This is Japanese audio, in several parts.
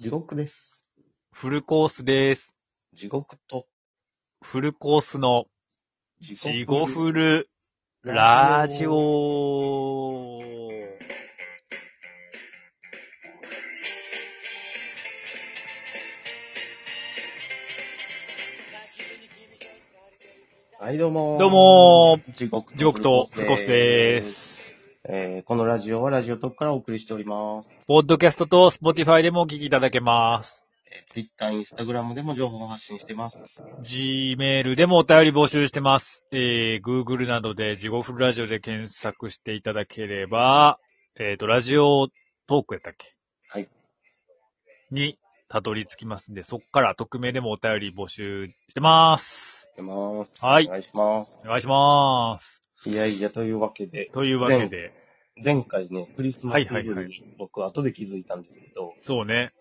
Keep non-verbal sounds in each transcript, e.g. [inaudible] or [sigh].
地獄です。フルコースです。地獄とフルコースの地獄フルラジオ。はい、どうもーどうも地獄地獄とフルコースでーす。す。えー、このラジオはラジオトークからお送りしております。ポッドキャストとスポティファイでもお聞きいただけます。えー、Twitter、Instagram でも情報を発信してます。 Gmail でもお便り募集してます。えー、Google などで地獄フルラジオで検索していただければ、えっ、と、ラジオトークやったっけはい。にたどり着きますんで、そっから匿名でもお便り募集してます。してます。はいお願いします。お願いします。いやいや、というわけで、というわけで、前回ね、クリスマスイブに、はいはいは僕後で気づいたんですけど、そうね。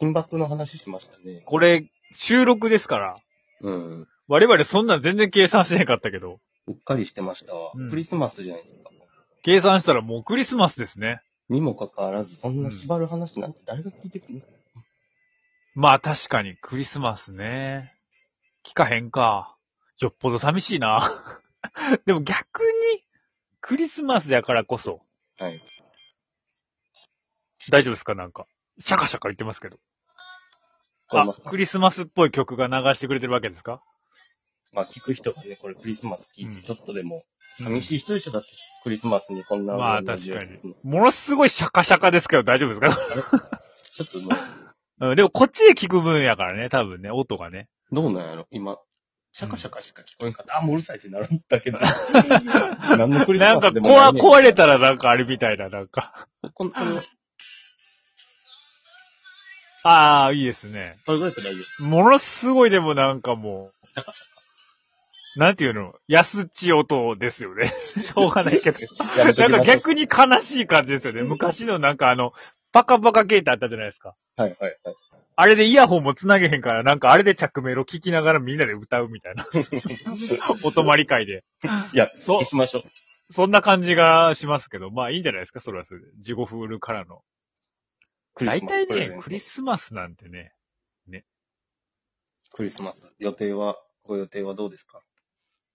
金箔の話しましたね。これ、収録ですから。うん。我々そんなん全然計算してなかったけど。うっかりしてましたわ、うんクリスマスじゃないですか。計算したらもうクリスマスですね。にもかかわらず、そんな縛る話なんて誰が聞いてくるの、まあ確かにクリスマスね。聞かへんか。よっぽど寂しいな。 [laughs] でも逆に、クリスマスやからこそ、はい。大丈夫ですかなんか。シャカシャカ言ってますけど。聞こえあます、かクリスマスっぽい曲が流してくれてるわけですかまあ聞く人がね、これクリスマス聞いて、うんちょっとでも、寂しい人でしょ、だって、クリスマスにこんな。まあ確かに。ものすごいシャカシャカですけど大丈夫ですか [laughs] ちょっとね、うん、でもこっちで聞く分やからね、多分ね、音がね。どうなんやろ今、シャカシャカしか聞こえんかった。あ、もううるさいってなるんだ [laughs] けど。何のクリスなんマかスでも壊、ね壊れたらなんかあれみたいな、なんか。こんこんああ、いいですね。これぐらいだったら大丈夫。ものすごいでもなんかもシャカシう、なんていうの、安っち音ですよね。 [laughs] しょうがないけど。ャカ。やめとなきんましょかう逆に悲しい感じですよね。昔のなんかあの、パカパカ携帯あったじゃないですか。はいはいはい。あれでイヤホンも繋げへんから、なんかあれで着メロ聞きながらみんなで歌うみ [laughs] たいな。お泊まり会で。いや、そ消、しましょう。そんな感じがしますけど、まあいいんじゃないですか、それはそれで。ジゴフールからの。クリ大スマス体プレゼンね、トクリスマスなんてね、クリスマス。予定は、ご予定はどうですか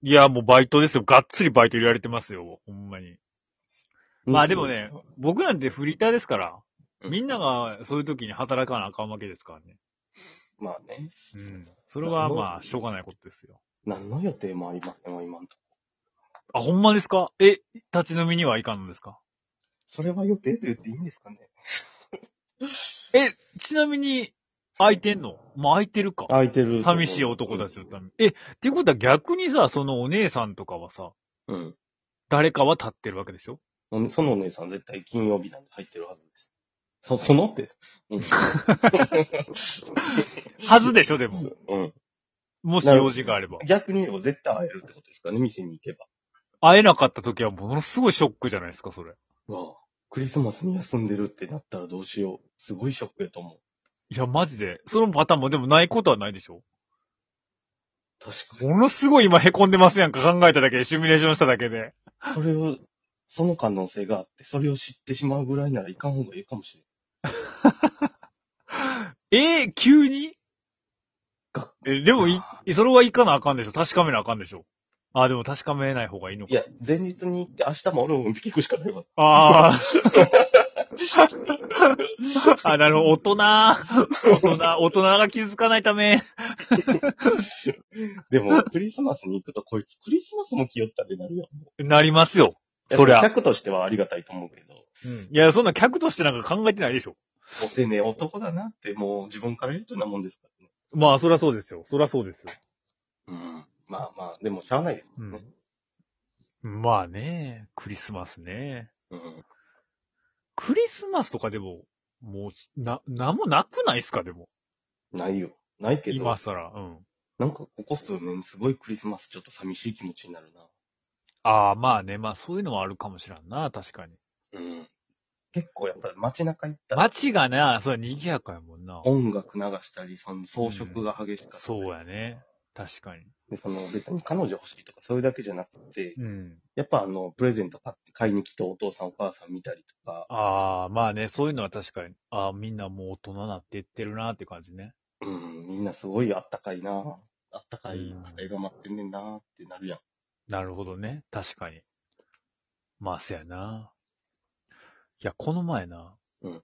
いや、もうバイトですよ。がっつりバイト入れられてますよ。ほんまに。まあでもね、僕なんてフリーターですから、うんみんながそういう時に働かなあかんわけですからね。まあね、うん。それはまあ、しょうがないことですよ。何の予定もありませんわ、今のとこあ、ほんまですかえ、立ち飲みにはいかんのですかそれは予定と言っていいんですかねえ、ちなみに、空いてんのまあ空いてるか。空いてる。寂しい男たちのため。え、っていうことは逆にさ、そのお姉さんとかはさ、うん。誰かは立ってるわけでしょうん。そのお姉さん絶対金曜日なんで入ってるはずです。そ、そのって。 [laughs] うん。はずでしょでも。うん。もし用事があれば。逆に言えば絶対会えるってことですかね、店に行けば。会えなかった時はものすごいショックじゃないですか、それ。うわあクリスマスに休んでるってなったらどうしよう。すごいショックやと思う。いや、マジで。そのパターンもでもないことはないでしょ確かに。ものすごい今凹んでますやんか、考えただけで、シミュレーションしただけで。それを、その可能性があって、それを知ってしまうぐらいならいかん方がいいかもしれない。えー、急にがえ、でもい、それはいかなあかんでしょ確かめなあかんでしょあー、でも確かめない方がいいのいか。や、前日に行って明日も俺も聞くしかない [laughs] わ。あー。あ、なるほど。大人。大人。大人が気づかないため。でも、クリスマスに行くと、こいつクリスマスも来よったってなるよ。なりますよ。そりゃ客としてはありがたいと思うけど、うん。いや、そんな客としてなんか考えてないでしょおてね、男だなって、もう自分から言うとなもんですからね。まあ、そりゃそうですよ。そりゃそうですよ。うん。まあまあ、でもしゃあないですもんね。うん。まあね、クリスマスね。うん。クリスマスとかでも、もう、な、なんもなくないっすか、でも。ないよ。ないけど、今更。うん。なんかここ数年すごいクリスマスちょっと寂しい気持ちになるああ、まあね、まあそういうのはあるかもしらんな、確かに。な。うん。結構やっぱり街中行ったら、街がね、それは賑やかやもんな。音楽流したり、その装飾が激しかったり、そうやね。確かに。で、その別に彼女欲しいとかそういうだけじゃなくて、うん。やっぱあの、プレゼント買って買いに来たお父さんお母さん見たりとか、ああ、まあね、そういうのは確かに、ああ、みんなもう大人なっていってるなって感じね。うん、みんなすごいあったかいなあったかいうん二人が待ってんねんなってなるやん。なるほどね。確かに。まあ、せやな。いや、この前な。うん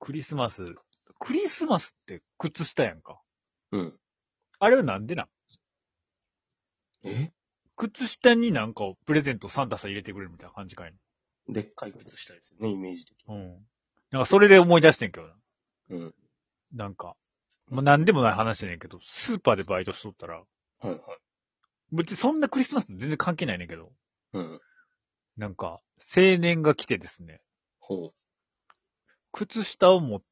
クリスマス。クリスマスって靴下やんか。うん。あれはなんでなんえ靴下になんかをプレゼントサンタさん入れてくれるみたいな感じかいでっかい靴下ですよね、イメージ的の。うん。なんかそれで思い出してんけどな。に。うん。なんか。まあ、なんでもない話やねんけど、スーパーでバイトしとったら、はいはい。別にそんなクリスマスと全然関係ないねんけど、うん。なんか、青年が来てですね、ほ靴下を持っ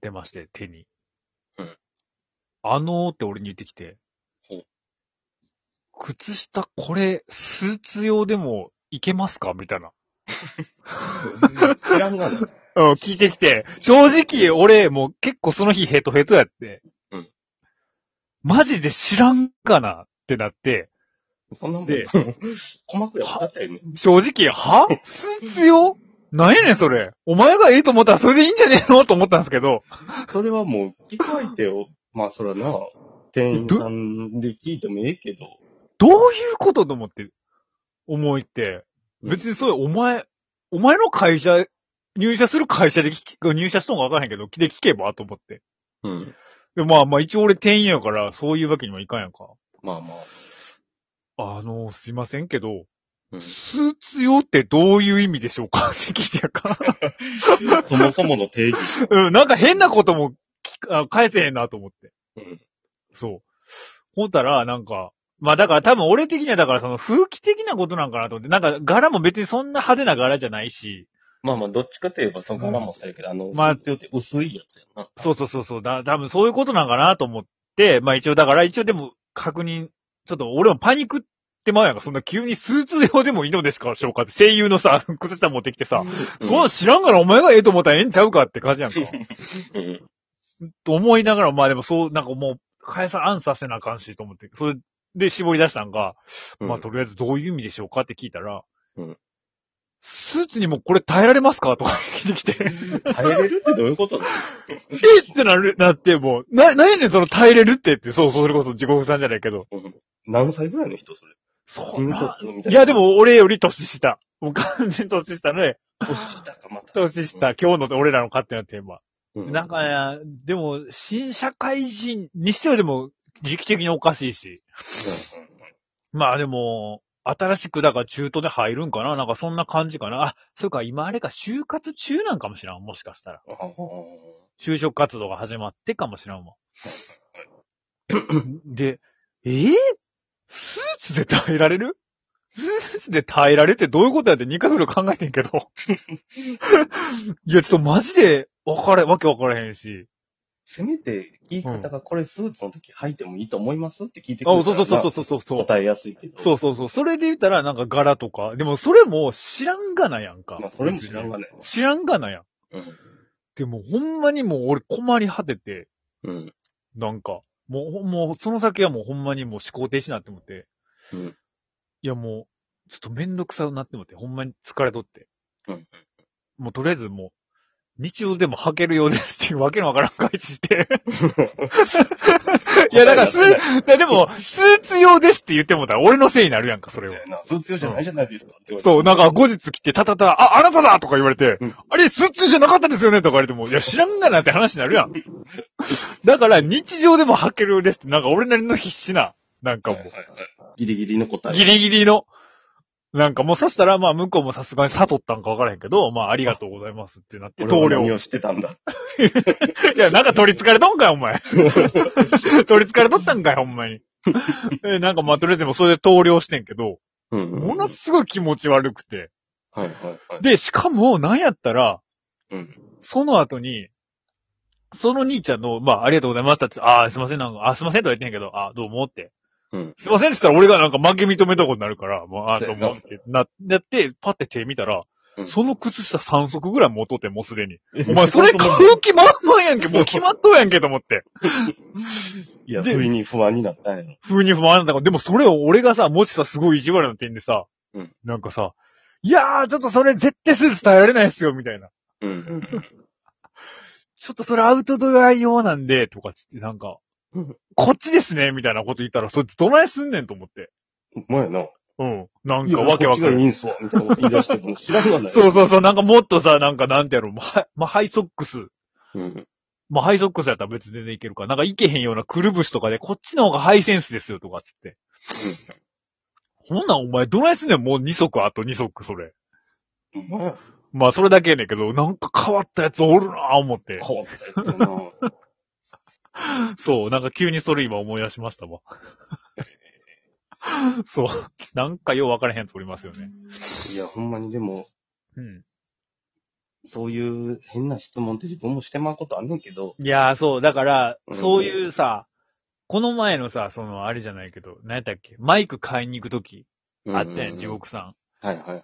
てまして、手に。うんあのーって俺に言ってきて。ほう靴下、これ、スーツ用でもいけますかみたいな。う。知らんがな。うん、聞いてきて。正直、俺、もう結構その日ヘトヘトやって。うんマジで知らんかなってなって、そんなもん。で細くやったったよね。正直、 [laughs] はスーツ用なんやねん、それ。お前がええと思ったらそれでいいんじゃねえのと思ったんですけど。それはもう、聞く相手を、まあそらな、店員さんで聞いてもええけど、どういうことと思って、思いって。うん別にそれ、お前、お前の会社、入社する会社で聞き、入社したのか分からへんけど、で聞けばと思って。うん。で、まあまあ、一応俺店員やから、そういうわけにもいかんやんか。まあまあ、あの、すいませんけど、うん、スーツ用ってどういう意味でしょうか [laughs] って聞いてやんか。そもそもの定義。うん、なんか変なことも聞かあ返せへんなと思って。うん。そう。ほんたら、なんか、まあだから多分俺的にはだからその風紀的なことなんかなと思って、なんか柄も別にそんな派手な柄じゃないし、まあまあ、どっちかといえば、その柄もそうやけど、あの、まあスーツ用って薄いやつやんな。そうそうそうそう、だ、多分そういうことなんかなと思って、まあ一応だから一応でも確認、ちょっと俺もパニックってまうやんか、そんな急にスーツ用でもいいのですかしょうかって声優のさ、 [laughs] 靴下持ってきてさ、うそんなん知らんからお前がええと思ったらええんちゃうかって感じやんか。うん。うん。と思いながら、まあでもそう、なんかもう、返さ、アンサーせなあかんしと思って、それで絞り出したんが、うんまあとりあえずどういう意味でしょうかって聞いたら、うんスーツにもこれ耐えられますかとか聞いて [laughs] きて、耐えれるってどういうことだえっってなる、なって、もう、な、なやねんその耐えれるってって、そう、それこそ地獄さんじゃないけど。うん何歳ぐらいの人それ。そ金髪みたいな。いやで、も俺より年下。もう完全に年下のね、年下か、また。年下、今日の俺らの勝手なテーマ。うん。なんかね、でも、新社会人にしてはでも、時期的におかしいし。まあでも、新しくだから中途で入るんかななんかそんな感じかなあ、そうか、今あれか、就活中なんかもしらん。もしかしたら。うん。うんうん就職活動が始まってかもしら [laughs] んわ。で、えぇ、スーツで耐えられるスーツで耐えられてどういうことやって2回ぐらい考えて [laughs] んけど。いや、ちょっとマジで、わかれ、わけわからへんし。せめて、言い方がこれスーツの時履いてもいいと思いますって聞いてくれあ、たそらうそうそうそうそうそう。答えやすいけど。そうそうそう。それで言ったら、なんか柄とか。でも、それも知らんがなやんか。まあ、それも知らんがね。知らんがなやん。うん。でも、ほんまにもう俺困り果てて、うん。なんか、もうほ、もう、その先はもうほんまにもう思考停止になって思って。うんいや、もう、ちょっとめんどくさになって思って、ほんまに疲れとって。うんもう、とりあえずもう、日曜でも履けるようですっていうわけのわからん返しして。いや、だから、ス答え出せないー、いやでも、スーツ用ですって言ってもたら俺のせいになるやんか、それは。スーツ用じゃないじゃないですかって言われてそう、なんか後日来て、たたた、あ、あなただとか言われて、うんあれ、スーツじゃなかったですよねとか言われても、いや、知らんがなって話になるや [laughs] ん。だから、日常でも履けるですって、なんか俺なりの必死な、なんかも、はいうはいはいギリギリの答え。ギリギリの、なんかもうそしたら、まあ、向こうもさすがに悟ったんかわからへんけど、まあ、ありがとうございますってなって、同俺僚。は何いをしてたんだ。や、なんか取り憑かれとんかい、[laughs] お前。取り憑かれとったんかい、ほんまに。えなんかまあ、とりあえずでもそれで投了してんけど、うんうんものはいすごい気持ち悪くて。はいはい。で、しかも、なんやったら、うん。その後に、その兄ちゃんの、まあ、ありがとうございましたって、ああ、すいません、なんか、あすいませんとは言ってんやけど、あどうもって。うん。すいませんって言ったら俺がなんか負け認めたことになるから、もう、あどうもってな、なって、パって手見たら、うんその靴下3足ぐらい持っとって、もうすでに。お前、それ買う気満々やんけ、もう決まっとうやんけと思って。いや、で不意に不安になったんやろ。風に不安だから、でもそれを俺がさ、もしさ、すごい意地悪な点でさ、うんなんかさ、いやー、ちょっとそれ絶対すぐ伝えられないですよ、みたいな。うんうん。ちょっとそれアウトドア用なんで、とかつって、な [laughs] んかうん、こっちですね、みたいなこと言ったら、そいつどないすんねんと思って。うまいな。うん。なんいかや、わけわかこっちるがいいんすわ、みたいなこと言い出して、もう知らんわない。そうそうそう、なんかもっとさ、なんかなんてやろう、まあ、まあ、ハイソックス。うん。まあ、ハイソックスやったら別に全然いけるか。なんかいけへんようなくるぶしとかで、こっちの方がハイセンスですよ、とかつって。ほんなんお前どないすんねん、もう2足あと2足、それ。うん。うまいな。まあ、それだけやねんけど、なんか変わったやつおるなぁ、思って。変わったやつだな。そう、なんか急にそれ今思い出しましたわ。そう。なんかよう分からへんやつおりますよね。いや、ほんまにでも、うん。そういう変な質問って自分もしてまうことあんねんけど、いやー、そう、だから、うんそういうさ、この前のさ、その、あれじゃないけど、何やったっけ、マイク買いに行くとき、あったやん、地。獄さん。はいはいはい。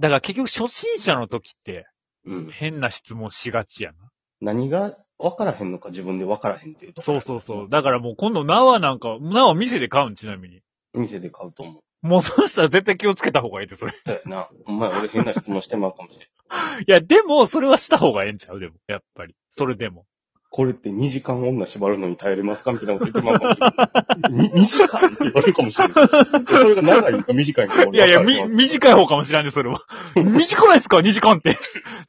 だから結局初心者の時って、うん。変な質問しがちやな。何が分からへんのか自分で分からへんっていうとこそうそうそう。だからもう今度縄なんか、縄店で買うん、ちなみに。店で買うと思う。もうそうしたら絶対気をつけた方がいいって、それ。そうやな。お前俺変な質問してまうかもしれん。いや、でも、それはした方がええんちゃうでも、やっぱり。それでも。これって2時間女縛るのに耐えれますかみたいなこと言ってまうかもしれ [laughs] ん。2時間って言われるかもしれん。それが長いのか短いのかいやいや、分からみ、へんわ短い方かもしれんね、そ [laughs] れは。短いですか ?2 時間って。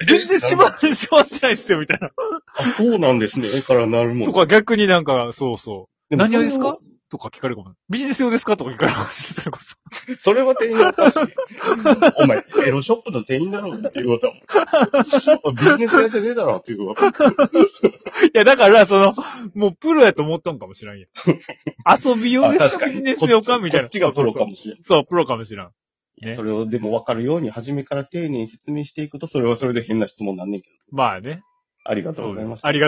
全然縛ま、縛ってないっすよ、みたいな。あ、そうなんですね。絵からなるもん。とか逆になんか、そうそう。でも何用ですかとか聞かれるかも。ビジネス用ですかとか聞かれるかもしれない、それ [laughs] こそ。それは店員がおかしい。お前、エロショップの店員だろっていうことはもう。ビジネス屋じゃねえだろっていうこといや、だから、その、もうプロやと思ったんかも [laughs] しれんや。遊び用ですかビジネス用かみたいな。こっちがプロかもしれん。そう、プロかもしれん。ねそれをでも分かるように、初めから丁寧に説明していくと、それはそれで変な質問なんねんけど。まあね。ありがとうそごうざでいますした。ありがとう。